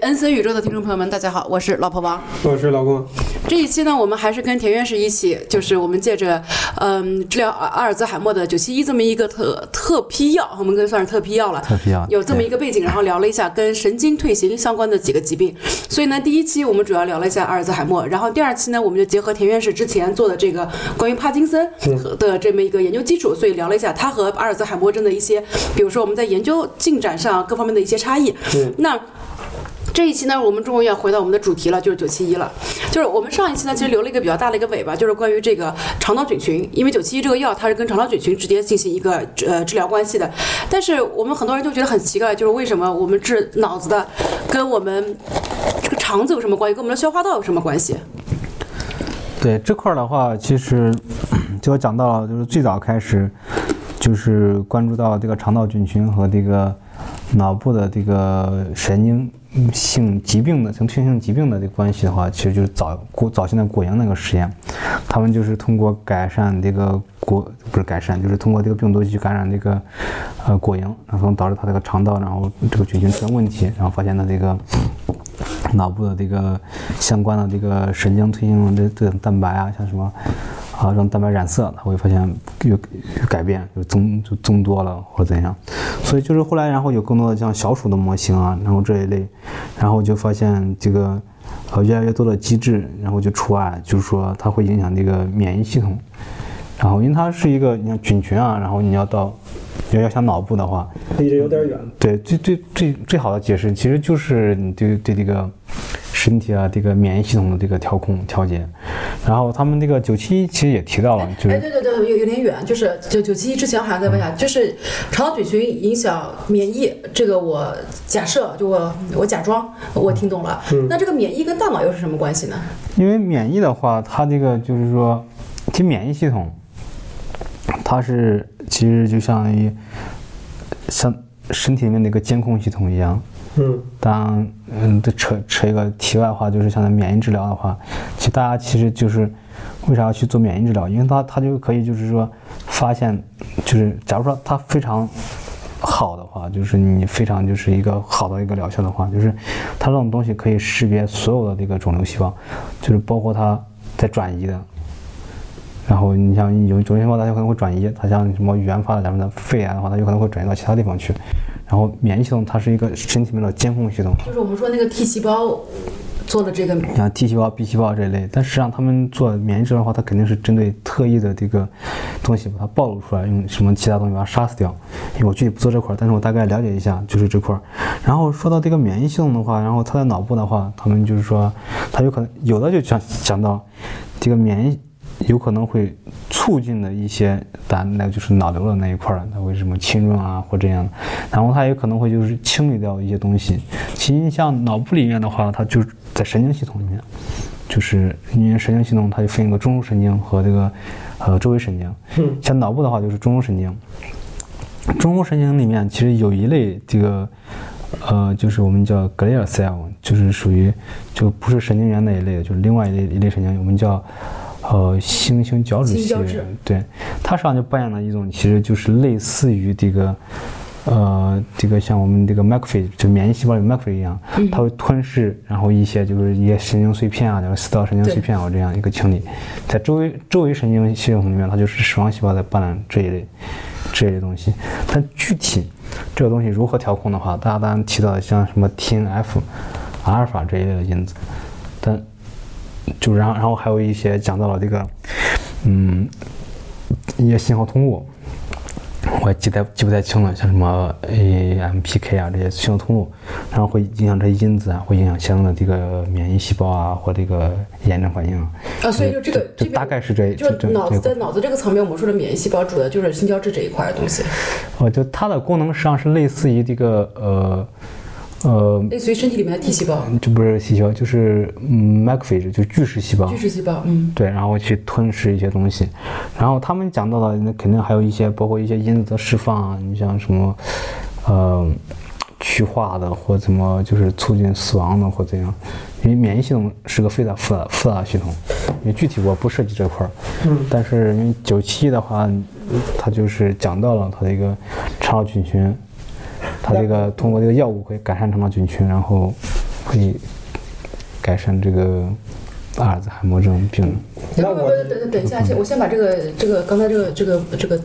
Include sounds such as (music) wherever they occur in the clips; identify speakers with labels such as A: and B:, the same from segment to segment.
A: 恩森哎宇宙的听众朋友们，大家好，我是老婆王。
B: 我是老公，
A: 这一期呢，我们还是跟田院士一起，就是我们借着嗯治疗阿阿尔兹海默的九七一这么一个特特批药，我们跟算是特批药了，
C: 特批药
A: 有这么一个背景，然后聊了一下跟神经退行相关的几个疾病。所以呢，第一期我们主要聊了一下阿尔兹海默，然后第二期呢，我们就结合田院士之前做的这个关于帕金森的这么一个研究基础，所以聊了一下他和阿尔兹海默症的一些，比如说我们在研究进展上各方面的一些差异。
B: 嗯
A: 那这一期呢，我们终于要回到我们的主题了，就是九七一了。就是我们上一期呢，其实留了一个比较大的一个尾巴，就是关于这个肠道菌群，因为九七一这个药它是跟肠道菌群直接进行一个呃治疗关系的。但是我们很多人就觉得很奇怪，就是为什么我们治脑子的跟我们这个肠子有什么关系，跟我们的消化道有什么关系？
C: 对这块儿的话，其实就讲到了，就是最早开始就是关注到这个肠道菌群和这个脑部的这个神经性疾病的、神经性疾病的这个关系的话，其实就是早国早先的果蝇那个实验，他们就是通过改善这个果不是改善，就是通过这个病毒去感染这个呃果蝇，然后导致它这个肠道，然后这个菌群出现问题，然后发现了这个。脑部的这个相关的这个神经退行的这种蛋白啊，像什么啊让蛋白染色，它会发现有有改变，有增就增多了或者怎样。所以就是后来，然后有更多的像小鼠的模型啊，然后这一类，然后就发现这个呃越来越多的机制，然后就出来，就是说它会影响这个免疫系统。然后因为它是一个你像菌群啊，然后你要到要要想脑部的话，
B: 离这有点远。
C: 对，最最最最好的解释其实就是你对对这个身体啊，这个免疫系统的这个调控调节。然后他们这个九七一其实也提到了，就
D: 哎，
C: 是
D: 对对对，有有点远，就是九九七一之前好像在问一
C: 嗯
D: 下，就是肠道菌群影响免疫，这个我假设，就我我假装我听懂了。
C: 嗯
D: 那这个免疫跟大脑又是什么关系呢？
C: 因为免疫的话，它这个就是说，其实免疫系统它是其实就相当于像身体里面的一个监控系统一样。
B: 嗯，
C: 当嗯，这扯扯一个题外话，就是像那免疫治疗的话，其实大家其实就是呃为啥要去做免疫治疗？因为它它呃就可以就是说发现，就是假如说它非常好的话，就是你非常就是一个好的一个疗效的话，就是它这种东西可以识别所有的这个肿瘤细胞，就是包括它在转移的。然后你像有肿瘤细胞，它有可能会转移，它像什么原发的，咱们的肺癌的话，它有可能会转移到其他地方去。然后免疫系统它是一个身体里面的监控系统，
D: 就是我们说那个 T 细胞做的这个，
C: 像 T 细胞、B 细胞这一类，但实际上他们做免疫治疗的话，它肯定是针对特异的这个东西把它暴露出来，用什么其他东西把它杀死掉。因为我具体不做这块儿，但是我大概了解一下，就是这块儿。然后说到这个免疫系统的话，然后它在脑部的话，他们就是说，它有可能有的就讲讲到这个免疫。有可能会促进的一些咱那就是脑瘤的那一块儿，它会什么浸润啊或这样的，然后它也可能会就是清理掉一些东西。其实像脑部里面的话，它就是在神经系统里面，就是因为神经系统它就分一个中枢神经和这个呃周围神经。
B: 嗯
C: 像脑部的话就是中枢神经，中枢神经里面其实有一类这个呃就是我们叫 glial cell，就是属于就不是神经元那一类的，就是另外一类一类神经，我们叫。呃，星形角质
D: 星
C: 系
D: 胶质
C: 对，它实际上就扮演了一种，其实就是类似于这个，呃，这个像我们这个 macrophage 就免疫细胞里 macrophage 一样，它会吞噬，然后一些就是一些神经碎片啊，就是四道神经碎片啊这样一个清理，在周围周围神经系统里面，它就是视网细胞在扮演这一类这一类东西，但具体这个东西如何调控的话，大家当然提到的像什么 TNF、阿尔法这一类的因子，但就然后然后还有一些讲到了这个，嗯，一些信号通路，我也记太记不太清了，像什么呃 AMPK 啊这些信号通路，然后会影响这些因子啊，会影响相应的这个免疫细胞啊或这个炎症反应啊。
D: 啊，所以就这个这
C: 就
D: 边
C: 大概是这，
D: 就
C: 这
D: 是
C: 这
D: 脑子
C: 这
D: 在脑子这个层面，我们说的免疫细胞主的就是新胶质这一块的东西，
C: 哦，就它的功能实际上是类似于这个呃呃，
D: 类似于哎身体里面的 T 细胞、
C: 就不是细胞，就是嗯 macrophage 就巨噬细胞
D: 巨。噬细胞，嗯，
C: 对，然后去吞噬一些东西，然后他们讲到的那肯定还有一些包括一些因子的释放啊，你像什么，呃，去化的或怎么就是促进死亡的或怎样，因为免疫系统是个非常复杂复杂的系统，因为具体我不涉及这块儿，
B: 嗯
C: 但是因为九七的话，它就是讲到了它的一个肠道菌群，它这个通过这个药物可以改善肠道菌群，然后会可以改善这个阿尔兹海默症病人。
D: 不不不，等等一下，先我先把这个这个刚才这个这个这个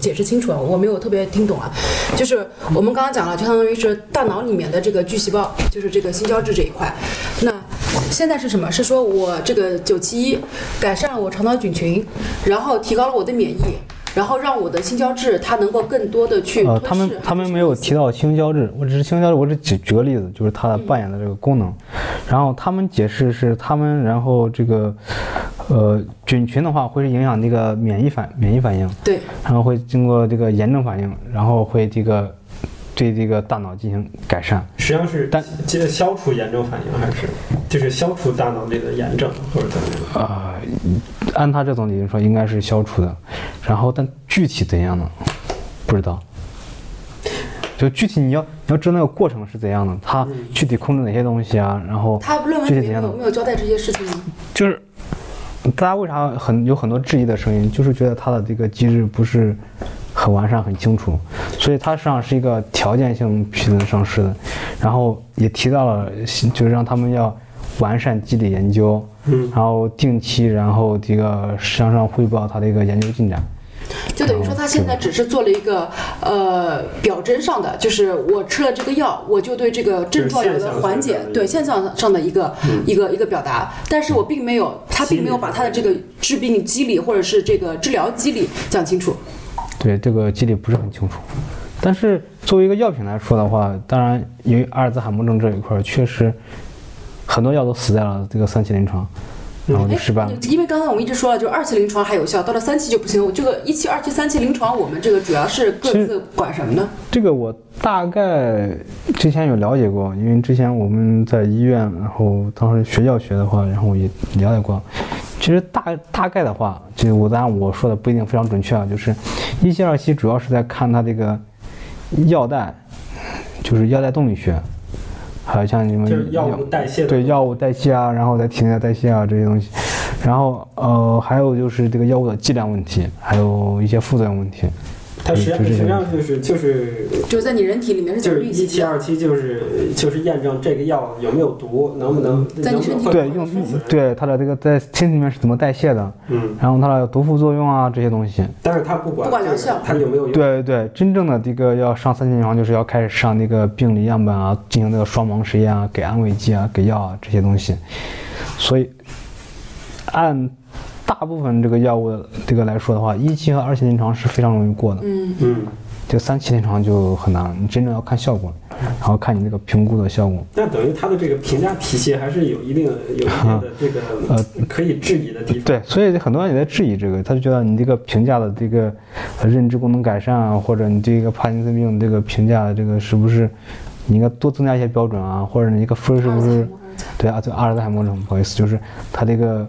D: 解释清楚啊，我没有特别听懂啊。就是我们刚刚讲了，就相当于是大脑里面的这个巨细胞，就是这个新胶质这一块。那现在是什么？是说我这个九七一改善了我肠道菌群，然后提高了我的免疫，然后让我的新胶质它能够更多的去
C: 呃，
D: 吞噬。
C: 他们他们没有提到青胶质，我只是青胶质，我只举举个例子，就是它扮演的这个功能。然后他们解释是他们，然后这个呃菌群的话会是影响这个免疫反免疫反应，
D: 对
C: 然后会经过这个炎症反应，然后会这个对这个大脑进行改善。
B: 实际上是
C: 但
B: 接消除炎症反应，还是就是消除大脑里的炎症或者怎么样？
C: 啊、按他这种理论说应该是消除的，然后但具体怎样呢？不知道。就具体你要你要知道那个过程是怎样的，它具体控制哪些东西啊，然后
D: 他论文
C: 具
D: 里
C: 体
D: 面
C: 怎样的
D: 有没有交代这些事情呢？
C: 就是大家为啥很有很多质疑的声音，就是觉得它的这个机制不是很完善、很清楚，所以它实际上是一个条件性批准上市的，然后也提到了，就是让他们要完善基底研究，
B: 嗯
C: 然后定期，然后这个向上汇报它的一个研究进展。
A: 就等于说，他现在只是做了一个呃表征上的，就是我吃了这个药，我就对这个症状有
B: 就是现象
A: 了
B: 上
A: 缓解
B: 的一，个嗯
A: 对现象上的一个、一个一个表达。但是我并没有，他并没有把他的这个治病机理或者是这个治疗机理讲清楚。
C: 对这个机理不是很清楚。但是作为一个药品来说的话，当然由于阿尔兹海默症这一块儿，确实很多药都死在了这个三期临床，然后就
A: 哎
C: 失败了。，
A: 因为刚才我们一直说了，就是二期临床还有效，到了三期就不行。我这个一期、二期、三期临床，我们这个主要是各
C: 其实
A: 自管什么呢？
C: 这个我大概之前有了解过，因为之前我们在医院，然后当时学药学的话，然后也了解过。其实大大概的话，就是我当然我说的不一定非常准确啊，就是一期、二期主要是在看它这个药代，就是药代动力学，还有像你们
B: 就是药物代谢的
C: 对药物代谢啊，然后在体内的代谢啊这些东西，然后呃还有就是这个药物的剂量问题，还有一些副作用问题。
B: 它实际上
C: 嗯就
B: 实
C: 是这
B: 际
C: 样
B: 上就是就是
A: 就是在你人体里面是怎
B: 就
A: 么
B: 是
A: 运
B: 一
A: 行
B: 期
A: 的？
B: 二期就是就是验证这个药有没有毒，能不能
A: 在你
B: 能不
A: 身体
B: (laughs) 能会
C: 对，
B: 会
C: 用
B: 毒死人，
C: 对它的这个在身体里面是怎么代谢的，
B: 嗯，
C: 然后它的毒副作用啊这些东西。
B: 但是它不管
A: 不管疗
B: 就是
A: 效
B: 它有没有用？
C: 对对，真正的这个要上三期临床，就是要开始上那个病理样本啊，进行那个双盲实验啊，给安慰剂啊，给药啊这些东西。所以，按大部分这个药物的这个来说的话，一期和二期临床是非常容易过的，
A: 嗯，
B: 嗯，
C: 就三期临床就很难，你真正要看效果，然后看你那个评估的效果。
B: 那等于它的这个评价体系还是有一定有一定的这个
C: 呃
B: 可以质疑的地方。
C: 对，所以很多人也在质疑这个，他就觉得你这个评价的这个呃认知功能改善啊，或者你这个帕金森病这个评价，这个是不是你应该多增加一些标准啊？ (laughs) 或者你这个分儿是不是对啊？对阿尔兹海默症，不好意思，就是他这个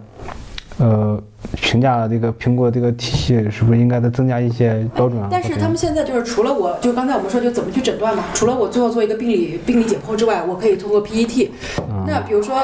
C: 呃评价的这个评估的这个体系是不是应该再增加一些标准啊？
A: 但是
C: 或者
A: 他们现在就是除了我，就刚才我们说就怎么去诊断嘛，除了我最后做一个病理病理解剖之外，我可以通过 PET。那
C: 嗯
A: 比如说，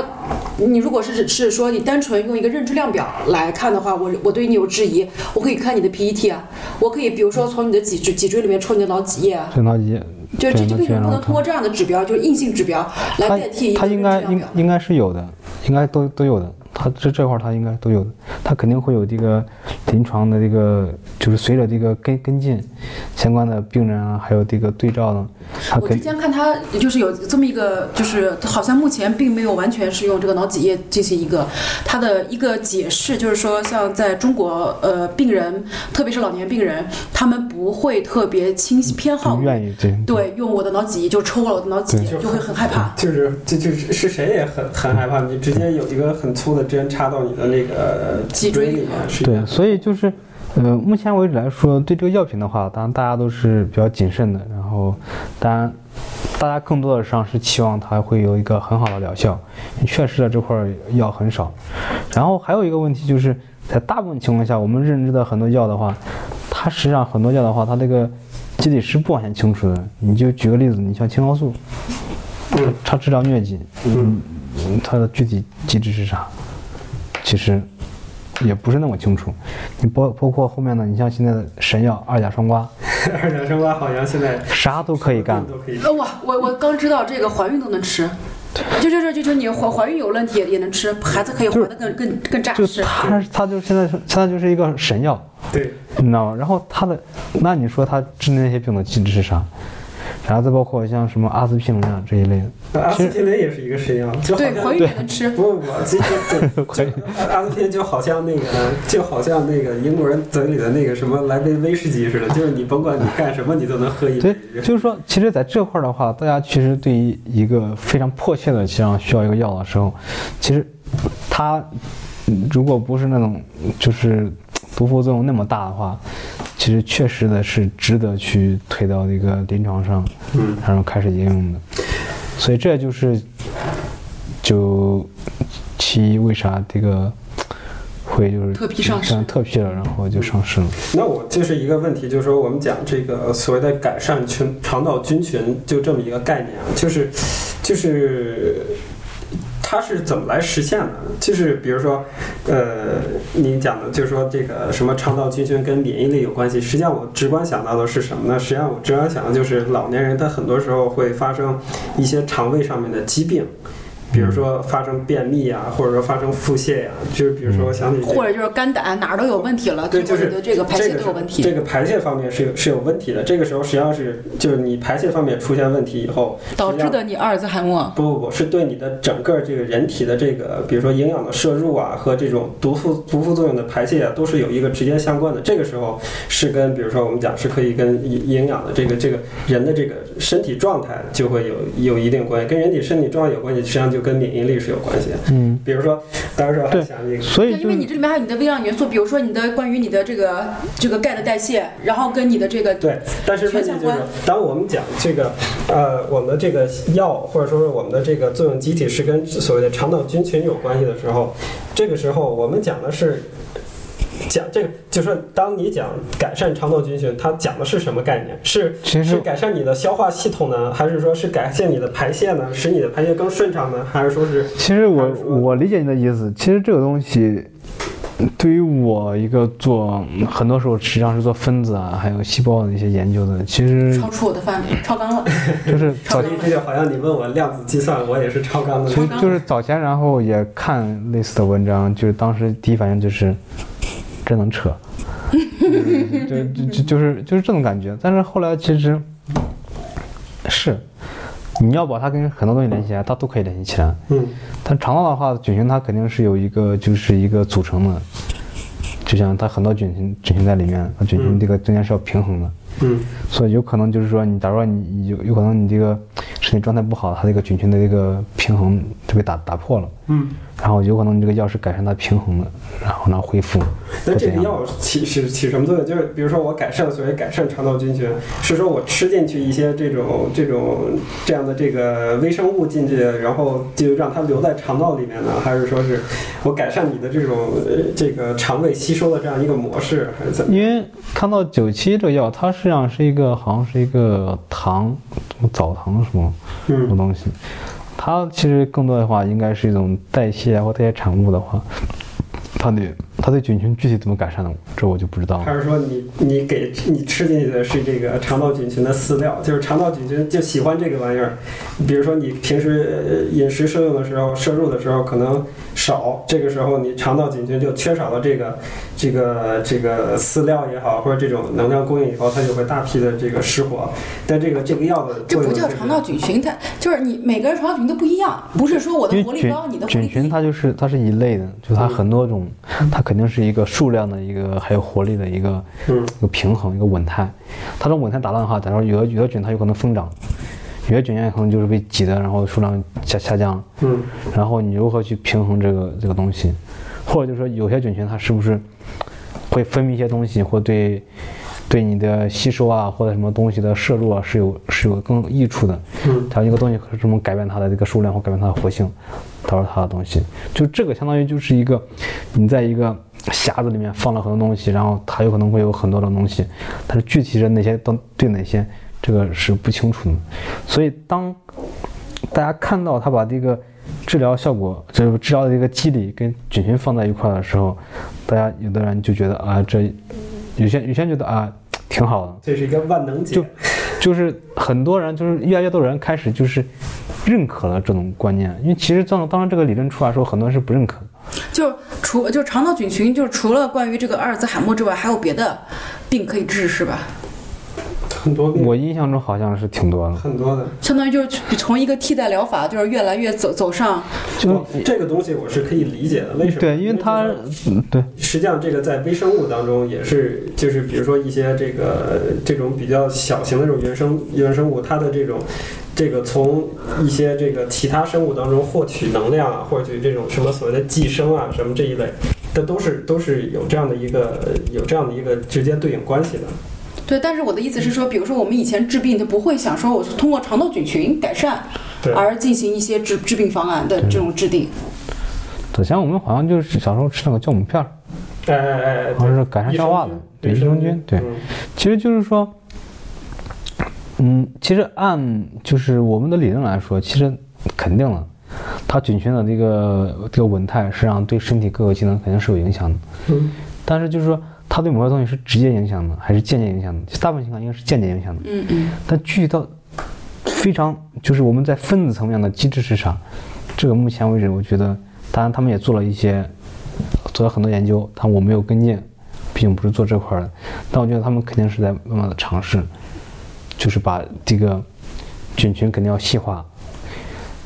A: 你如果是是说你单纯用一个认知量表来看的话，我我对你有质疑，我可以看你的 PET 啊，我可以比如说从你的脊椎脊椎里面抽你的脑脊液啊，
C: 这脑脊
A: 就
C: 对
A: 这就
C: 那
A: 为什
C: 这
A: 么不
C: 样
A: 能通过这样的指标，就是硬性指标来
C: 他
A: 代替一个
C: 他
A: 认
C: 应
A: 知
C: 该
A: 量
C: 应
A: 表？
C: 应该是有的，应该都都有的。他这这块儿他应该都有的，他肯定会有这个临床的这个，就是随着这个跟跟进相关的病人啊，还有这个对照呢，他
A: 我
C: 可
A: 之
C: 以
A: 前看他就是有这么一个，就是好像目前并没有完全是用这个脑脊液进行一个他的一个解释，就是说像在中国，呃，病人特别是老年病人，他们不会特别倾偏好
C: 不愿意这
A: 对用我的脑脊液就抽了我的脑脊液，
B: 对
A: 就会很害怕。
B: 就是就就是是谁也很很害怕，你直接有一个很粗的针插到你的那个
A: 脊椎
B: 里
A: 里
B: 面，是一
C: 对，
B: 样
C: 所以就是，呃，目前为止来说，对这个药品的话，当然大家都是比较谨慎的，然后，当然，大家更多的上是期望它会有一个很好的疗效，确实的这块儿药很少。然后还有一个问题就是，在大部分情况下，我们认知的很多药的话，它实际上很多药的话，它这个机理是不完全清楚的。你就举个例子，你像青蒿素，
B: 嗯
C: 它治疗疟疾，
B: 嗯，
C: 它的具体机制是啥，其实也不是那么清楚。你包包括后面的，你像现在的神药二甲双胍，
B: 二甲双胍好像现在
C: 啥都可以干
B: 都可以
A: 呃，哇，我我刚知道这个怀孕都能吃，就就就就就你怀怀孕有问题也也能吃，孩子可以怀
C: 就是
A: 的更更更扎
C: 就
A: 实。
C: 它它就现在是现在就是一个神药，
B: 对，
C: 你知道吗？然后它的，那你说它治那些病的机制是啥？然后再包括像什么阿司匹林啊这一类的，
B: 阿司匹林也是一个神药，就好
A: 对，
B: 像
A: 怀孕也能吃。
B: 不不不，这这
A: (laughs)
B: 这
C: 可以
B: 阿司匹林就好像那个，就好像那个英国人嘴里的那个什么来杯威士忌似的，就是你甭管你干什么，你都能喝一
C: 对
B: 杯。，
C: 就是说，其实在这块儿的话，大家其实对于一个非常迫切的，实际上需要一个药的时候，其实它嗯如果不是那种就是毒副作用那么大的话，其实确实的是值得去推到这个临床上，
B: 嗯，
C: 然后开始应用的。所以这就是就其一为啥这个会就是
A: 特批上市
C: 这样特批了，然后就上市了。
B: 那我就是一个问题，就是说我们讲这个所谓的改善群肠道菌群，就这么一个概念啊，就是就是它是怎么来实现的？就是比如说，呃，你讲的就是说这个什么肠道菌群跟免疫力有关系，实际上我直观想到的是什么呢？实际上我直观想的就是老年人他很多时候会发生一些肠胃上面的疾病。比如说发生便秘啊，或者说发生腹泻呀、就是比如说我想起这个
A: 或者就是肝胆哪儿都有问题了，
B: 对
A: 或者
B: 就是
A: 这个排
B: 这
A: 泄
B: 个
A: 都有问
B: 是这
A: 题，
B: 个排泄方面是有是有问题的。这个时候实际上是就是你排泄方面出现问题以后，
A: 导致
B: 实际上
A: 的你阿尔兹海默。
B: 不不不是对你的整个这个人体的这个，比如说营养的摄入啊和这种毒副毒副作用的排泄啊，都是有一个直接相关的。这个时候是跟比如说我们讲是可以跟营营养的这个这个人的这个身体状态就会有有一定关系，跟人体身体状态有关系，实际上就跟免疫力是有关系的。
C: 嗯，
B: 比如说，当时我还
C: 对
B: 想那个。
C: 所以
A: 对，
C: 就是
A: 因为你这里面还有你的微量元素，比如说你的呃关于你的这个这个钙的代谢，然后跟你的这个
B: 对，但是问题就是，当我们讲这个，呃，我们的这个药或者说是我们的这个作用机体是跟所谓的肠道菌群有关系的时候，这个时候我们讲的是。讲这个就是当你讲改善肠道菌群，它讲的是什么概念？是
C: 其实
B: 是改善你的消化系统呢，还是说是改善你的排泄呢？使你的排泄更顺畅呢，还是说是
C: 其实
B: 还
C: 我
B: 是说
C: 我理解你的意思，其实这个东西。对于我一个做很多时候实际上是做分子啊，还有细胞的一些研究的，其实
A: 超出我的范围，超纲了。
C: 就是
A: 超
C: 早
A: 纲
B: 这就好像你问我量子计算，我也是超纲的
C: 嗯其。实就是早前，然后也看类似的文章，就是当时第一反应就是这能扯， (laughs) 嗯就就就就是就是这种感觉。但是后来其实是你要把它跟很多东西联系起来，它都可以联系起来。
B: 嗯，
C: 但肠道的话，菌群它肯定是有一个就是一个组成的，就像它很多菌群菌群在里面，它菌群这个中间是要平衡的，
B: 嗯
C: 所以有可能就是说你，假如说你有有可能你这个身体状态不好，它这个菌群的这个平衡就被打打破了，
B: 嗯。
C: 然后有可能你这个药是改善它平衡的，然后让它恢复，
B: 那这
C: 会怎
B: 个
C: 样？
B: 药起是起什么作用？就是比如说我改善所谓改善肠道菌群，是说我吃进去一些这种这种这样的这个微生物进去，然后就让它留在肠道里面呢，还是说是我改善你的这种呃这个肠胃吸收的这样一个模式，还是怎么？
C: 因为看到九七这个药，它实际上是一个好像是一个糖，什么枣糖什么。什么
B: 嗯
C: 东西。它其实更多的话，应该是一种代谢或代谢产物的话，它对它对菌群具体怎么改善的，这我就不知道
B: 还
C: 了。
B: 是说你你给你吃进去的是这个肠道菌群的饲料，就是肠道菌群就喜欢这个玩意儿。比如说你平时呃饮食摄用的时候，摄入的时候可能少，这个时候你肠道菌群就缺少了这个这个这个饲料也好，或者这种能量供应以后，它就会大批的这个失活。但这个这个药的
A: 这
B: 作
A: 不
B: 用就
A: 叫
B: 是
A: 肠道菌群，它就是你每个人肠道菌都不一样，不是说我的
C: 因
A: 活
C: 为
A: 力
C: 菌
A: 高，你的活力
C: 菌群
A: 低。
C: 它就是它是一类的，就它很多种，它肯定是一个数量的一个，还有活力的一个
B: 嗯
C: 一个平衡一个稳态。它这种稳态打乱的话，假如有的有的菌它有可能疯长，有的菌也可能就是被挤的，然后数量下下降，
B: 嗯
C: 然后你如何去平衡这个这个东西，或者就是说有些菌群它是不是会分泌一些东西，或对对你的吸收啊或者什么东西的摄入啊是有是有更益处的。
B: 嗯
C: 还有一个东西是怎么改变它的这个数量或改变它的活性，导致它的东西，就这个相当于就是一个你在一个匣子里面放了很多东西，然后它有可能会有很多种东西，但是具体是哪些都对哪些，这个是不清楚的。所以当大家看到他把这个治疗效果，就是治疗的一个机理跟菌群放在一块儿的时候，大家有的人就觉得啊，这有些有些人觉得啊挺好的，
B: 这是一个万能解
C: 就。就是很多人就是越来越多人开始就是认可了这种观念，因为其实当当这个理论出来的时候，很多人是不认可的。
A: 就除就肠道菌群，就是除了关于这个阿尔兹海默之外，还有别的病可以治，是吧？
B: 很多病
C: 我印象中好像是挺多的，
B: 很多的，
A: 相当于就是从一个替代疗法，就是越来越走走上
C: 就
B: 我这个东西我是可以理解的，为什么？
C: 对，因为它
B: 就是
C: 嗯对
B: 实际上，这个在微生物当中也是，就是比如说一些这个这种比较小型的这种原生原生物，它的这种这个从一些这个其他生物当中获取能量啊，获取这种什么所谓的寄生啊，什么这一类，这都是都是有这样的一个有这样的一个直接对应关系的。
A: 对。但是我的意思是说，比如说我们以前治病，它不会想说我通过肠道菌群改善
B: 对
A: 而进行一些治治病方案的这种制定。
C: 对，像我们好像就是小时候吃那个酵母片儿，
B: 哎哎哎，
C: 好
B: 对
C: 像是改善消化的，对
B: 益
C: 益生菌，对。
B: 嗯
C: 其实就是说，嗯，其实按就是我们的理论来说，其实肯定了，它菌群的这个这个稳态，实际上对身体各个机能肯定是有影响的。
B: 嗯，
C: 但是就是说，它对某些东西是直接影响的，还是间接影响的？其实大部分情况应该是间接影响的。
A: 嗯嗯。
C: 但具体到非常就是我们在分子层面的机制是啥，这个目前为止，我觉得当然他们也做了一些，做了很多研究，但我没有跟进，毕竟不是做这块儿的。但我觉得他们肯定是在慢慢的尝试，就是把这个菌群肯定要细化。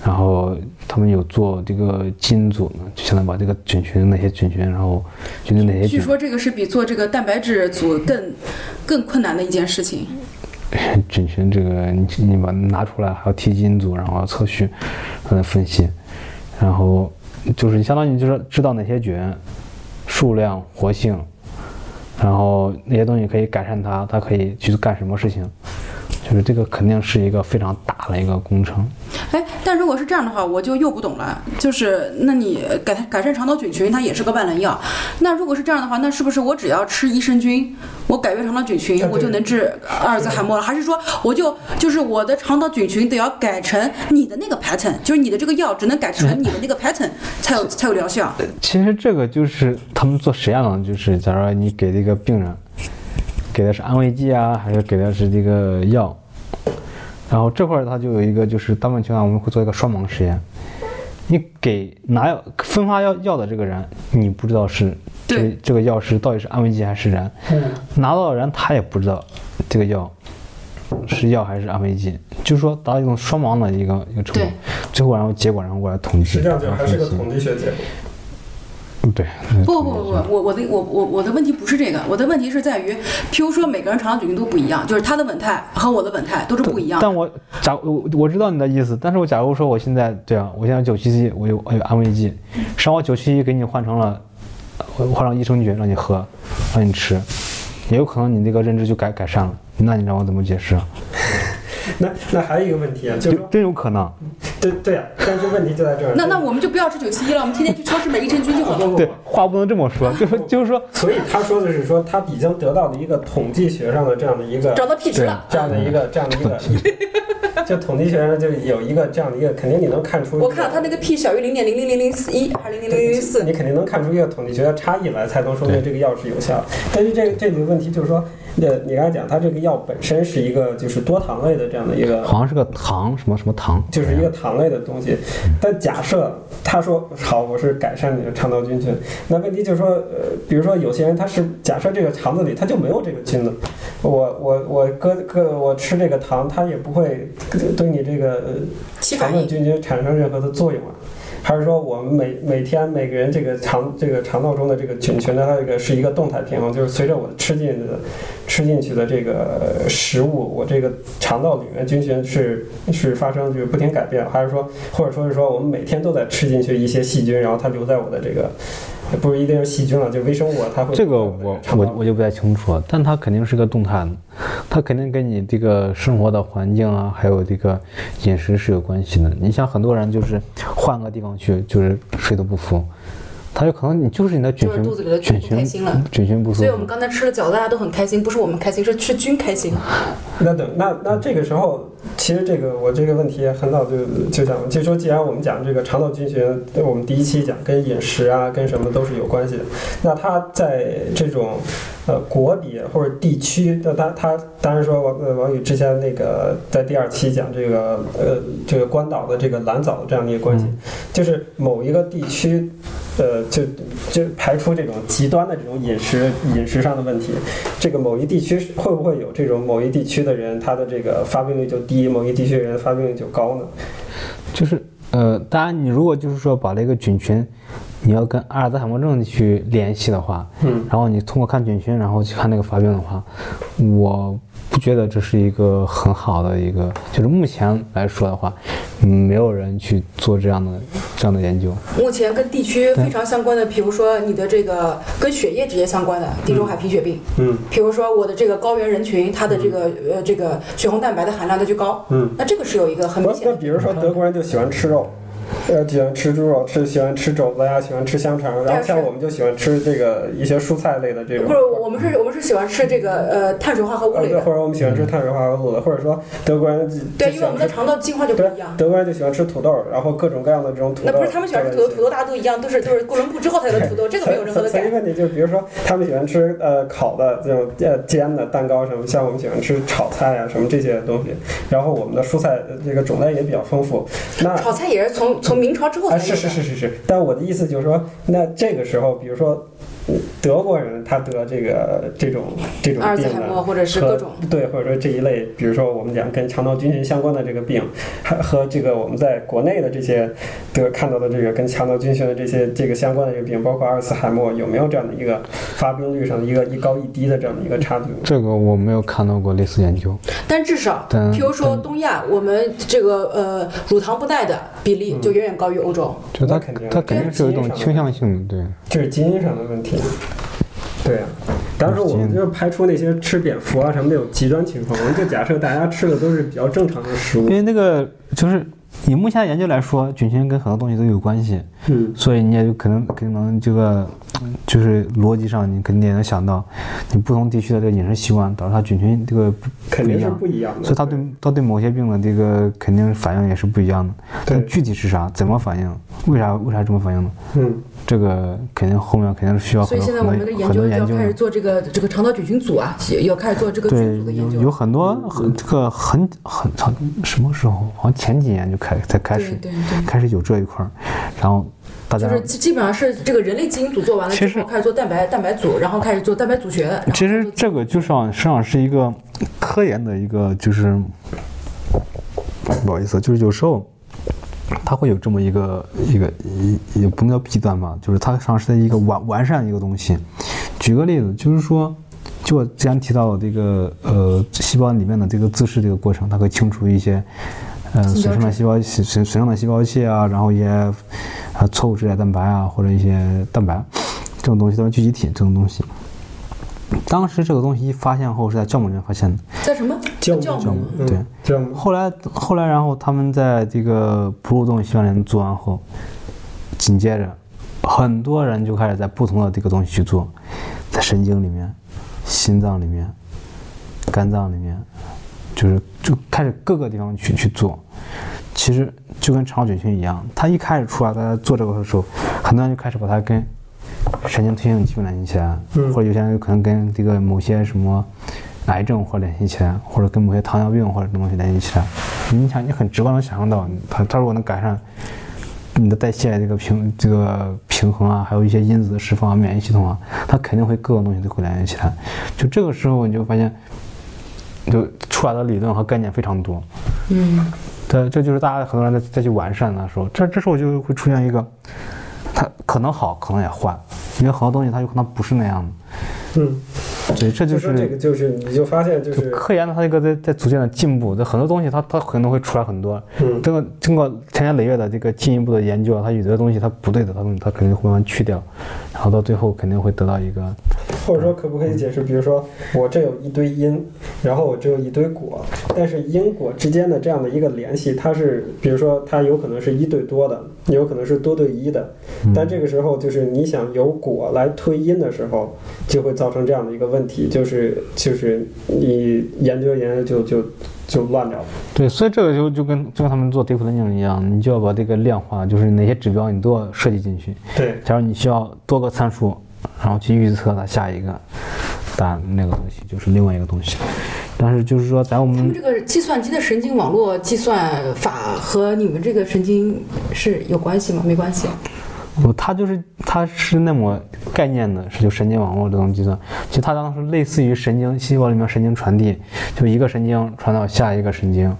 C: 然后他们有做这个基因组呢，就相当于把这个菌群哪些菌群，然后菌
B: 嗯
C: 群哪些
A: 据
C: 菌
A: 说这个是比做这个蛋白质组更更困难的一件事情。
C: (laughs) 菌群这个你你把它拿出来，还要贴基因组，然后要测序，呃分析，然后就是你相当于就是知道哪些菌数量、活性，然后那些东西可以改善它，它可以去干什么事情，就是这个肯定是一个非常大的一个工程。
A: 哎，但如果是这样的话，我就又不懂了。就是，那你改改善肠道菌群，它也是个万能药。那如果是这样的话，那是不是我只要吃益生菌，我改变肠道菌群
B: 啊，
A: 我就
B: 对
A: 能治阿尔兹海默了？还是说，我就就是我的肠道菌群得要改成你的那个 pattern，就是你的这个药只能改
B: 嗯
A: 成你的那个 pattern 才有才有疗效？
C: 其实这个就是他们做实验了，就是假如你给这个病人给的是安慰剂啊，还是给的是这个药，然后这块儿它就有一个就是大部分情况下我们会做一个双盲实验，你给拿药分发药药的这个人，你不知道是这个
A: 对
C: 这个药是到底是安慰剂还是人，
B: 嗯
C: 拿到的人他也不知道这个药是药还是安慰剂，就是说达到一种双盲的一个一个程度
A: 对，
C: 最后然后结果然后过来统计，
B: 实际上就还是个
C: 然后分析
B: 统计学结果。
C: 对，
A: 不不不不，我我的我我我的问题不是这个，我的问题是在于，譬如说每个人肠道菌群都不一样，就是他的稳态和我的稳态都是不一样的。
C: 但我假我我知道你的意思，但是我假如说我现在对啊，我现在九七一，我有我有安慰剂，上我九七一给你换成了，我换成益生菌让你喝，让你吃，也有可能你这个认知就改改善了，那你让我怎么解释啊？
B: 那那还有一个问题啊，就
C: 就是
B: 说
C: 真有可能，
B: 对对呀、但是问题就在这儿。
A: 那那我们就不要吃九七一了，我们天天去超市买益生菌就好
B: 不
A: 了。
B: 不
C: 对
B: 不，
C: 话不能这么说，就是就是说，
B: 所以他说的是说他已经得到了一个统计学上的这样的一个
A: 找到屁值了。
B: 这样的一个这样的一个，
A: (laughs)
B: 就统计学上就有一个这样的一个，肯定你能看出。
A: 我看啊了他那个 P 小于零点零零零零四一还是零零零零四
B: 你，肯定能看出一个统计学的差异来，才能说明这个药是有效。但是这个这里的问题就是说，呃，你刚才讲它这个药本身是一个就是多糖类的这样的一个
C: 好像是个糖什么什么糖，
B: 就是一个糖类的东西。但假设他说好，我是改善你的肠道菌群，那问题就是说，呃，比如说有些人他是假设这个肠子里他就没有这个菌子，我我我搁搁我吃这个糖，它也不会对你这个呃
A: 起
B: 肠
A: 反
B: 道
A: 应。
B: 菌群产生任何的作用啊。还是说我们每每天每个人这个肠这个肠道中的这个菌群的它这个是一个动态平衡，就是随着我吃进的吃进去的这个食物，我这个肠道里面菌群是是发生就是不停改变，还是说或者说是说我们每天都在吃进去一些细菌，然后它留在我的这个不是一定是细菌了，就微生物啊 (laughs) 它会
C: 这个我
B: 肠道
C: 我我就不太清楚了，但它肯定是个动态的，它肯定跟你这个生活的环境啊，还有这个饮食是有关系的。你像很多人就是换个地方去，就是水土不服，它有可能你就是你的菌
D: 就是
C: 群
D: 肚子里的菌
C: 菌
D: 不开心了
C: 群菌群不舒
D: 所以我们
C: 服，
D: 刚才吃的饺子，大
A: 啊
D: 家都很开心，不是我们开心，是是菌开心。
B: 那等那那这个时候，其实这个我这个问题也很早就就讲，就说既然我们讲这个肠道菌群，对我们第一期讲跟饮食啊跟什么都是有关系的，那它在这种呃国别或者地区，那它它当然说王呃王宇之前那个在第二期讲这个呃这个关岛的这个蓝藻的这样的一个关系，就是某一个地区。呃，就就排除这种极端的这种饮食饮食上的问题，这个某一地区是会不会有这种某一地区的人他的这个发病率就低，某一地区的人发病率就高呢？
C: 就是呃，当然你如果就是说把这个菌群，你要跟阿尔兹海默症去联系的话，
B: 嗯，
C: 然后你通过看菌群，然后去看那个发病的话，我不觉得这是一个很好的一个，就是目前来说的话，嗯，没有人去做这样的这样的研究。
D: 目前跟地区非常相关的，比如说你的这个跟血液直接相关的地中海贫血病，
B: 嗯
D: 比如说我的这个高原人群，他的这个呃这个血红蛋白的含量它就高，
B: 嗯。
D: 那这个是有一个很
B: 那
D: 明显
B: 那
D: 的。
B: 比如说德国人就喜欢吃肉，呃，喜欢吃猪肉，吃喜欢吃肘子呀，喜欢吃香肠，然
D: 但
B: 后
D: 是
B: 像我们就喜欢吃这个一些蔬菜类的这种
D: 不。是，我们
B: 嗯
D: 是我们是喜欢吃这个呃碳水化合物
B: 呃，
D: 类
B: 对，
D: 的，
B: 或者我们喜欢吃碳水化合物的，或者说德国人就
D: 对，
B: 就
D: 因
B: 喜
D: 为我
B: 欢
D: 们的
B: 吃
D: 肠道进化就不
B: 对
D: 一样。
B: 德国人就喜欢吃土豆，然后各种各样的这种土豆
D: 那不
B: 放在一
D: 是
B: 起。
D: 他们喜欢吃土豆，土豆大家都一样，都是都是哥伦布之后才有的土豆，这个没有任何的
B: 所以
D: 改
B: 所以。问题就是，比如说他们喜欢吃呃烤的这种呃煎的蛋糕什么，像我们喜欢吃炒菜啊什么这些东西。然后我们的蔬菜呃这个种类也比较丰富。那
D: 炒菜也是从从明朝之后才
B: 啊
D: 有的。
B: 是是是是是，但我的意思就是说，那这个时候，比如说嗯德国人他得这个这种这种
D: 阿尔兹
B: 病
D: 海
B: 呢，
D: 默或者是
B: 和
D: 各种。
B: 对，或者说这一类，比如说我们讲跟肠道菌群相关的这个病，还和这个我们在国内的这些得看到的这个跟肠道菌群的这些这个相关的这个病，包括阿尔茨海默，有没有这样的一个发病率上的一个一高一低的这样的一个差距？
C: 这个我没有看到过类似研究，
D: 但至少，
C: 但
D: 譬如说
C: 但
D: 东亚，我们这个呃乳糖不耐的比例就远远高于欧洲。
C: 就它
B: 那肯定
C: 它肯定是有一种倾向性的，对。
B: 这是基因上的问题。对呀、当时我们就是排除那些吃蝙蝠啊什么那种极端情况，我们就假设大家吃的都是比较正常的食物
C: 因。为那个就是以目前的研究来说，菌群跟很多东西都有关系，
B: 嗯
C: 所以你也就可能可能这个嗯就是逻辑上你肯定也能想到，你不同地区的这个饮食习惯导致它菌群这个不
B: 肯
C: 不
B: 定
C: 一
B: 是
C: 样。
B: 不一样的，
C: 所以它对它对某些病的这个肯定反应也是不一样的，但
B: 对，
C: 具体是啥，怎么反应，为啥为啥这么反应呢？
B: 嗯，
C: 这个肯定后面肯定是需要
D: 所
C: 很
D: 以
C: 多
D: 现在我们的
C: 很多
D: 研
C: 很
D: 究
C: 多
D: 要
C: 研究
D: 开始
C: 的。
D: 做这个这个肠道菌群组啊，也要开始做这个菌
C: 对
D: 组的，研
C: 有
D: 究
C: 有。很多很这个很很长什么时候？好像前几年就开才开
D: 对
C: 始
D: 对对，
C: 开始有这一块儿，然后大家
D: 就是基基本上是这个人类基因组做完了之
C: 其实
D: 后，开始做蛋白蛋白组，然后开始做蛋白组学。然后
C: 其实这个就是啊，实际上是一个科研的一个，就是不好意思，就是有时候它会有这么一个一个也也不能叫弊端吧，就是它实际上是一个完完善的一个东西。举个例子，就是说，就我之前提到的这个呃细胞里面的这个自噬这个过程，它会清除一些。呃，
D: 细
C: 损
D: 胞
C: 伤的细胞损损损伤的细胞器啊，然后一些啊错误质载蛋白啊，或者一些蛋白这种东西，都是聚集体这种东西。当时这个东西一发现后是在酵母里面发现的，
D: 在什么
B: 酵母
D: 酵
C: 酵母
D: 母？
B: 嗯
C: 对。
B: 这样
C: 后来后来，然后他们在这个哺乳动物细胞里做完后，紧接着很多人就开始在不同的这个东西去做，在神经里面、心脏里面、肝脏里面，就是就开始各个地方去去做。其实就跟肠道菌群一样，它一开始出来，大家做这个的时候，很多人就开始把它跟神经退行疾病联系起来，
B: 嗯
C: 或者有些人有可能跟这个某些什么癌症或者联系起来，或者跟某些糖尿病或者什么东西联系起来。你想，你很直观能想象到，它它如果能改善你的代谢这个平这个平衡啊，还有一些因子的释放啊、免疫系统啊，它肯定会各种东西都会联系起来。就这个时候，你就发现，就出来的理论和概念非常多。
D: 嗯，
C: 对，这就是大家很多人在再去完善的时候，这这时候就会出现一个，它可能好，可能也坏，因为很多东西它有可能不是那样
B: 嗯，
C: 的。对，这
B: 就
C: 就
B: 说这个
C: 是
B: 就是你就发现就
C: 就是科研它一个在在逐渐的进步，这很多东西它它可能会出来很多，
B: 嗯
C: 这个经过长年累月的这个进一步的研究啊，它有的东西它不对的，它们它肯定会慢慢去掉，然后到最后肯定会得到一个
B: 或者说可不可以解释，比如说我这有一堆因，然后我这有一堆果，但是因果之间的这样的一个联系，它是比如说它有可能是一对多的，也有可能是多对一的，
C: 嗯
B: 但这个时候就是你想由果来推因的时候，就会造成这样的一个问题，就是就是你研究研究就就就乱掉了。
C: 对，所以这个就就跟就跟他们做 deep learning 一样，你就要把这个量化，就是哪些指标你都要设计进去。
B: 对，
C: 假如你需要多个参数，然后去预测它下一个答案，那个东西就是另外一个东西。但是就是说，在我
D: 他们
C: 们
D: 这个计算机的神经网络计算法和你们这个神经是有关系吗？没关系。啊
C: 不，它就是它是那么概念的，是就神经网络这种计算。其实它当时类似于神经细胞里面神经传递，就一个神经传到下一个神经，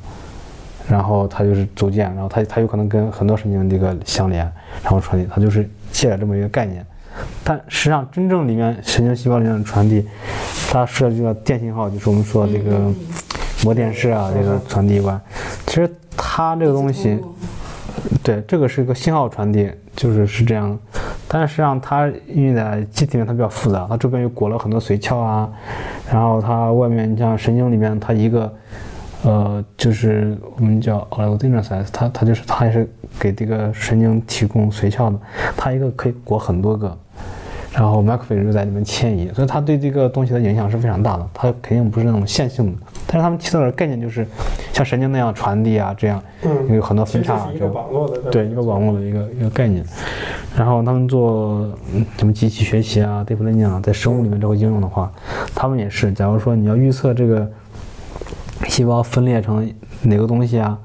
C: 然后它就是组件，然后它它有可能跟很多神经这个相连，然后传递，它就是借了这么一个概念。但实际上，真正里面神经细胞里面的传递，它涉及到电信号，就是我们说这个
A: 嗯
D: 嗯
C: 膜电视啊，这个传递以外，其实它这个东西。
D: 哦
C: 对，这个是一个信号传递，就是是这样。但是实际上，它因为在机体里面它比较复杂，它周边又裹了很多髓鞘啊，然后它外面你像神经里面它一个，呃，就是我们叫 oligodendrocytes，它它就是它也是给这个神经提供髓鞘的，它一个可以裹很多个。然后 microphage 就在里面迁移，所以它对这个东西的影响是非常大的。它肯定不是那种线性的，但是他们提到的概念就是像神经那样传递啊，这样
B: 嗯，
C: 有很多
B: 其
C: 分
B: 实
C: 叉啊
B: 是一
C: 这
B: 个
C: 样
B: 网络的
C: 对一个网络的一个一个概念。然后他们做嗯什么机器学习啊、deep learning 啊，在生物里面这个应用的话，他们也是，假如说你要预测这个细胞分裂成哪个东西啊，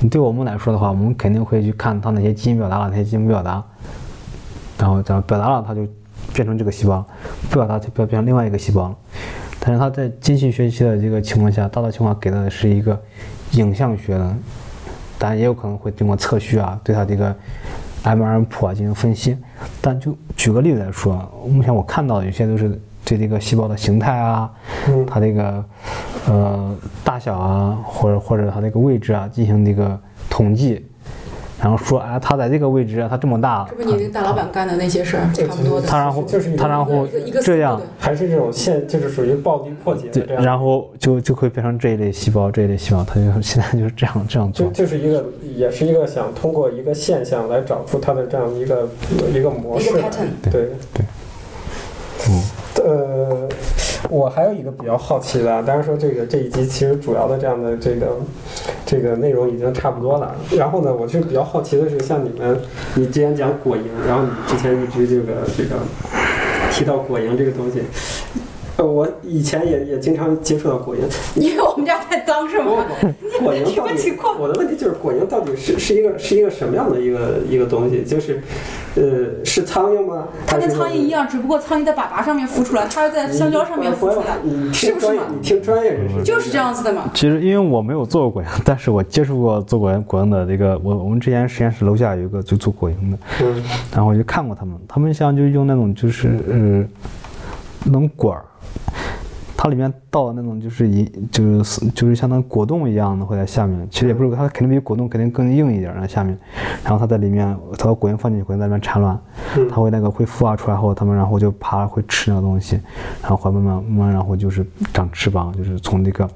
C: 你对我们来说的话，我们肯定会去看它哪些基因表达了，哪些基因不表达，然后假如表达了，它就变成这个细胞；不表达就变变成另外一个细胞了。但是它在机器学习的这个情况下，大多情况给的是一个影像学的当然也有可能会经过测序啊，对它这个 MRM 谱啊进行分析。但就举个例子来说啊，目前我看到的有些都是对这个细胞的形态啊，
B: 嗯
C: 它这个呃大小啊，或者或者它这个位置啊进行这个统计，然后说啊，它在这个位置啊，它这么大，
D: 这不是你那大老板干的那些事儿
B: 对
D: 差不多的。
C: 它然后
B: 就是一个
C: 它然后
D: 一个
C: 这样。
B: 还是这种线，就是属于暴力破解
C: 对
B: 的，这样的
C: 然后就就会变成这一类细胞，这一类细胞，它就现在就是这样这样
B: 就
C: 做。
B: 就是一个，也是一个想通过一个现象来找出它的这样一个呃一个模式
D: 一个
B: 来
D: pattern。
B: 对
C: 对。嗯，
B: 呃，我还有一个比较好奇的啊，当然说这个这一集其实主要的这样的这个这个内容已经差不多了。然后呢，我是比较好奇的是，像你们，你之前讲果蝇，然后你之前一直这个这个提到果蝇这个东西，呃，我以前也也经常接触到果蝇，
D: 因为我们家太
E: (laughs)
D: 脏是
B: 不
D: 吗？
B: 不，果蝇到
D: 什么
B: 底
D: 情？况
B: 我的问题就是果蝇到底是是一个是一个什么样的一个一个东西？就是，呃，是苍蝇吗？
E: 它跟苍蝇一
B: 样
E: 样，只不过苍蝇在粑粑上面孵出来，它是在香蕉上面孵出来，
B: 你
E: 是
B: 听
E: 不是
B: 专业
E: 嘛
B: 你听专业人士
E: 就是这样子的嘛。
C: 其实因为我没有做过果蝇，但是我接触过做果蝇果蝇的这个，我我们之前实验室楼下有一个就做果蝇的，
B: 讲的。嗯
C: 然后我就看过他们，他们像就用那种就是呃，那种管儿，它里面倒的那种就是一就是就是相当于果冻一样的会在下面，其实也不是它肯定比果冻肯定更硬一点儿在下面，然后它在里面它把果蝇放进去，果蝇在里面产卵，
B: 嗯
C: 它会那个会孵化出来后，它们然后就爬会吃那个东西，然后会慢慢慢慢然后就是长翅膀，就是从这个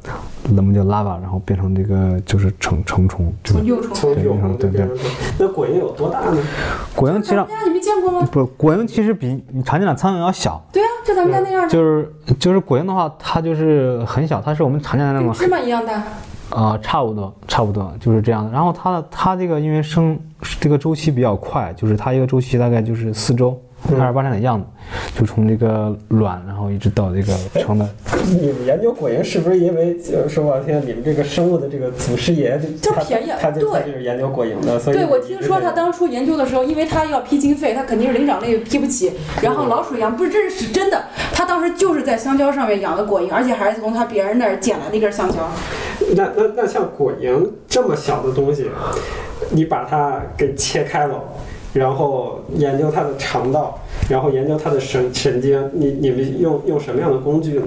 C: 那么叫 lava，然后变成这个就是成成虫，这个
E: 从幼虫，
B: 从有红就
C: 对对
B: 变成那果蝇有多大呢？
C: 果蝇其实
E: 咱们家你没见过吗？
C: 不是果蝇其实比你常见的苍蝇要小。
E: 对啊，就咱们家那样的，
C: 就是就是果蝇的话，它就是很小，它是我们常见的那
D: 跟
C: 种
D: 芝麻一样大。
C: 啊、差不多差不多就是这样的。然后它的它这个因为生这个周期比较快，就是它一个周期大概就是四周，二十八天的样子，就从这个卵然后一直到这个成的。
B: 你们研究果蝇是不是因为就是说我天，你们这个生物的这个祖师爷就
D: 就
B: 他
D: 便宜
B: 他就他
D: 对
B: 就是研究果蝇的，所以
D: 对，我听说他当初研究的时候，因为他要批经费，他肯定是灵长类批不起，然后老鼠养不是这是真的，他当时就是在香蕉上面养的果蝇，而且还是从他别人那儿捡来的一根香蕉。
B: 那那那像果蝇这么小的东西，你把它给切开了，然后研究它的肠道，然后研究它的神神经，你你们用用什么样的工具呢？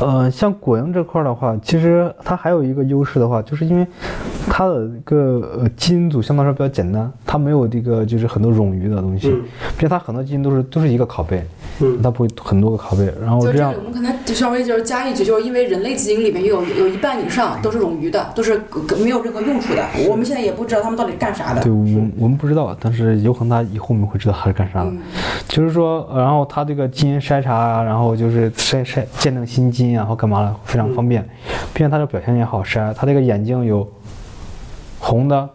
C: 呃，像果蝇这块儿的话，其实它还有一个优势的话，就是因为它的一个呃基因组相对来说比较简单，它没有这个就是很多冗余的东西，
B: 嗯
C: 并且它很多基因都是都是一个拷贝，
B: 嗯
C: 它不会很多个拷贝，
E: 哦
C: 然后
A: 就
C: 这
A: 这
C: 样
A: 里我们可能就稍微就是加一句，就是因为人类基因里面有有一半以上都是冗余的，都是没有任何用处的。我们现在也不知道他们到底干啥的
C: 对。我我们不知道，但是有可能他以后我们会知道他是干啥
D: 嗯
C: 的。就是说，呃然后他这个基因筛查啊，然后就是筛筛鉴定新基因啊，或干嘛的，非常方便。并且他的表现也好筛，他这个眼睛有红的，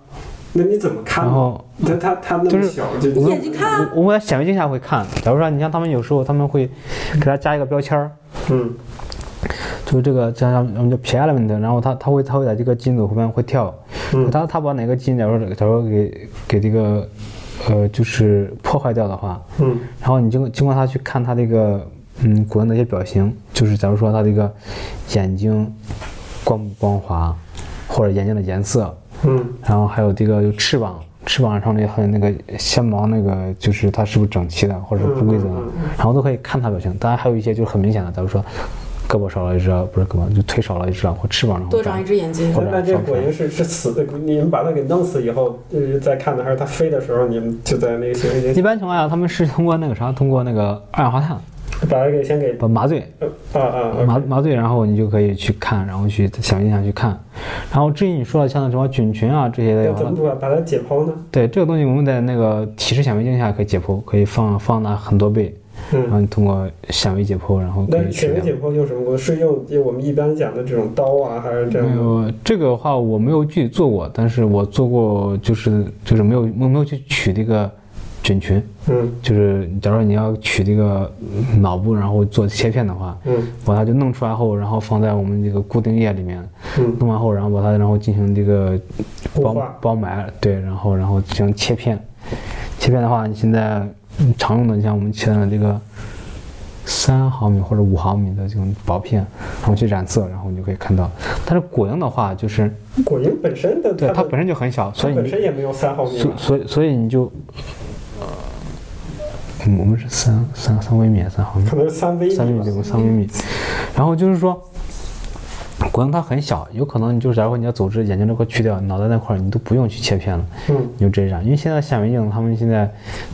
B: 那你怎么看呢？
C: 然后
B: 他他他那
C: 就
B: 么
C: 是
B: 小就
E: 你眼睛看啊，
C: 我我们在显微镜下会看。假如说你像他们有时候他们会给他加一个标签儿，
B: 嗯
C: 就是这个叫叫我们叫 P element，然后它它会它会在这个基因组后面会跳，
B: 嗯
C: 它它把哪个基因假如说假如说给给这个呃就是破坏掉的话，
B: 嗯
C: 然后你经过经过它去看它这个嗯骨头的一些表型，就是假如说它这个眼睛光不光滑，或者眼睛的颜色，
B: 嗯
C: 然后还有这个有翅膀，翅膀上那还有那个纤毛，那个就是它是不是整齐的，或者是不规则的
B: 嗯嗯，
C: 然后都可以看它表情。当然还有一些就是很明显的，假如说胳膊少了一只，不是胳膊，就腿少了一只，啊或翅膀上
D: 多长一只眼睛。
C: 或
B: 那
C: 者
B: 那这
C: 上
B: 果蝇是是死的，你们把它给弄死以后，呃，再看的，还是它飞的时候，你们就在那个显微镜
C: 一般情况下，他们是通过那个啥，通过那个二氧化碳
B: 把它给先给
C: 把麻醉，
B: 呃啊啊
C: 麻
B: OK
C: 麻醉，然后你就可以去看，然后去想一想去看。然后至于你说的像什么菌群啊这些
B: 要
C: 的
B: 怎
C: 话
B: 么，把把它解剖呢？
C: 对这个东西我们在那个体式显微镜下可以解剖，可以放放大很多倍，然后
B: 嗯，
C: 你通过显微解剖，然啊后可
B: 那
C: 以去
B: 显微
C: 量。
B: 解剖用什么工具？是用就我们一般讲的这种刀啊，还是这
C: 没
B: 样的？
C: 有这个的话，我没有具体做过，但是我做过，就是就是没有我没有去取这个菌群，
B: 嗯
C: 就是假如说你要取这个脑部，然后做切片的话，
B: 嗯
C: 把它就弄出来后，然后放在我们这个固定液里面，
B: 嗯，
C: 弄完后，然后把它然后进行这个
B: 固
C: 包
B: 化
C: 包埋，对，然后然后进行切片。切片的话，你现在嗯常用的，像我们切的这个三毫米或者五毫米的这种薄片，然后去染色，然后你就可以看到。但是果蝇的话，就是
B: 果蝇本身的
C: 对
B: 它
C: 它
B: 的
C: 本身就很小，所以
B: 它本
C: 你
B: 身也没有三毫米
C: 所
B: 吧？
C: 所以所以你就，嗯，我们是三三三微米，啊三毫米
B: 可，能是三微米
C: 三微米
B: 吧。
C: 对，三微米。然后就是说，果蝇它很小，有可能你就是假如说你要走之，眼睛这块去掉，脑袋那块儿你都不用去切片了。
B: 嗯
C: 你就直接染，因为现在显微镜他们现在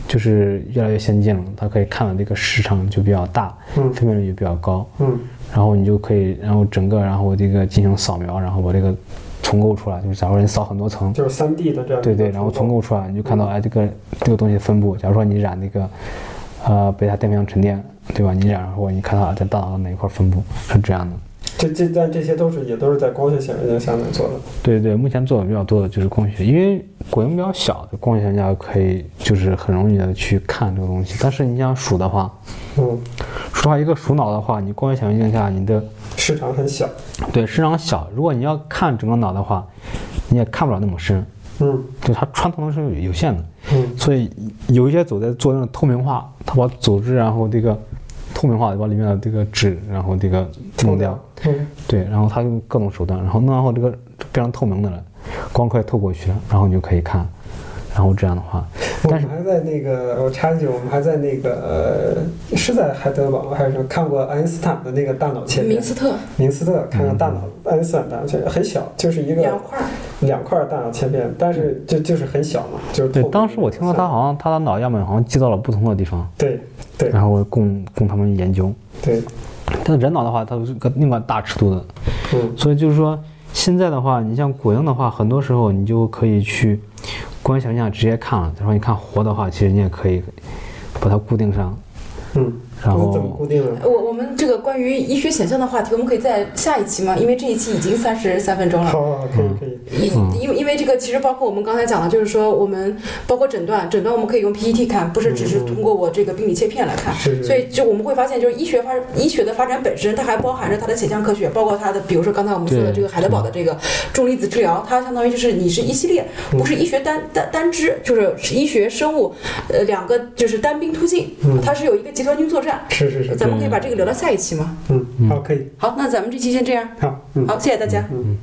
C: 就是越来越先进了，它可以看的这个时长就比较大，
B: 嗯
C: 分辨率就比较高，
B: 嗯
C: 然后你就可以，然后整个然后这个进行扫描，然后把这个重构出来，就是假如说你扫很多层，
B: 就是三 D 的这样一个
C: 对对，然后重构出来，你就看到哎这个这个东西分布，假如说你染那个呃贝塔电平洋沉淀，对吧？你染后你看它在大脑的哪一块分布是这样的。
B: 这这但这些都是也都是在光学显微镜下面做的。
C: 对对，目前做的比较多的就是光学，因为果蝇比较小，就光学家可以就是很容易的去看这个东西。但是你想数的话，
B: 嗯，
C: 数的话一个鼠脑的话，你光学显微镜下你的
B: 市场很小。
C: 对市场小，如果你要看整个脑的话，你也看不了那么深，
B: 嗯
C: 就它穿透能力是有有限的。
B: 嗯
C: 所以有一些组在做那种透明化，它把组织然后这个透明化，把里面的这个纸然后这个弄掉。
B: 嗯
C: 对，然后他用各种手段，然后弄完后这个变成透明的了，光可以透过去了，然后你就可以看，然后这样的话，
B: 我
C: 但是
B: 们还在那个，我插一句，我们还在那个呃是在海德堡还是什么看过爱因斯坦的那个大脑切
D: 明
B: 片？
D: 斯特
B: 明斯特看看大
C: 嗯
B: 脑，爱因斯坦大脑切片很小，就是一
D: 两
B: 个
D: 块儿，
B: 两块大脑切片，但是就就是很小嘛，就是
C: 嗯对
B: 透，明
C: 当时我听到他好像他的脑样本好像寄到了不同的地方，
B: 对对
C: 然后供供他们研究，
B: 对，
C: 但人脑的话，它是个另外大尺度的，
B: 嗯
C: 所以就是说现在的话，你像果蝇的话，很多时候你就可以去观想一下直接看了，然后你看活的话，其实你也可以把它固定上，
B: 嗯，
C: 然
B: 那怎么
C: 后
B: 固定呢？
D: 呃我我们这个关于医学显像的话题，我们可以在下一期嘛，因为这一期已经三十三分钟了。
B: 好，好好可以可以，
C: 嗯
D: 因因为因为这个其实包括我们刚才讲的，就是说我们包括诊断，诊断我们可以用 PET 看，不是只是通过我这个病理切片来看。
B: 是是
D: 所以就我们会发现，就是医学发医学的发展本身，它还包含着它的显像科学，包括它的，比如说刚才我们说的
C: 对
D: 这个海德堡的这个重粒子治疗，它相当于就是你是一系列，不是医学单单单支，就是医学生物，呃，两个就是单兵突进，它是有一个集团军作战。
B: 嗯是是是，
D: 嗯咱们可以把这个留到下一期吗？
B: 嗯，好可以，
A: 好，那咱们这期先这样。
B: 好，嗯。
A: 好，谢谢大家。
C: 嗯，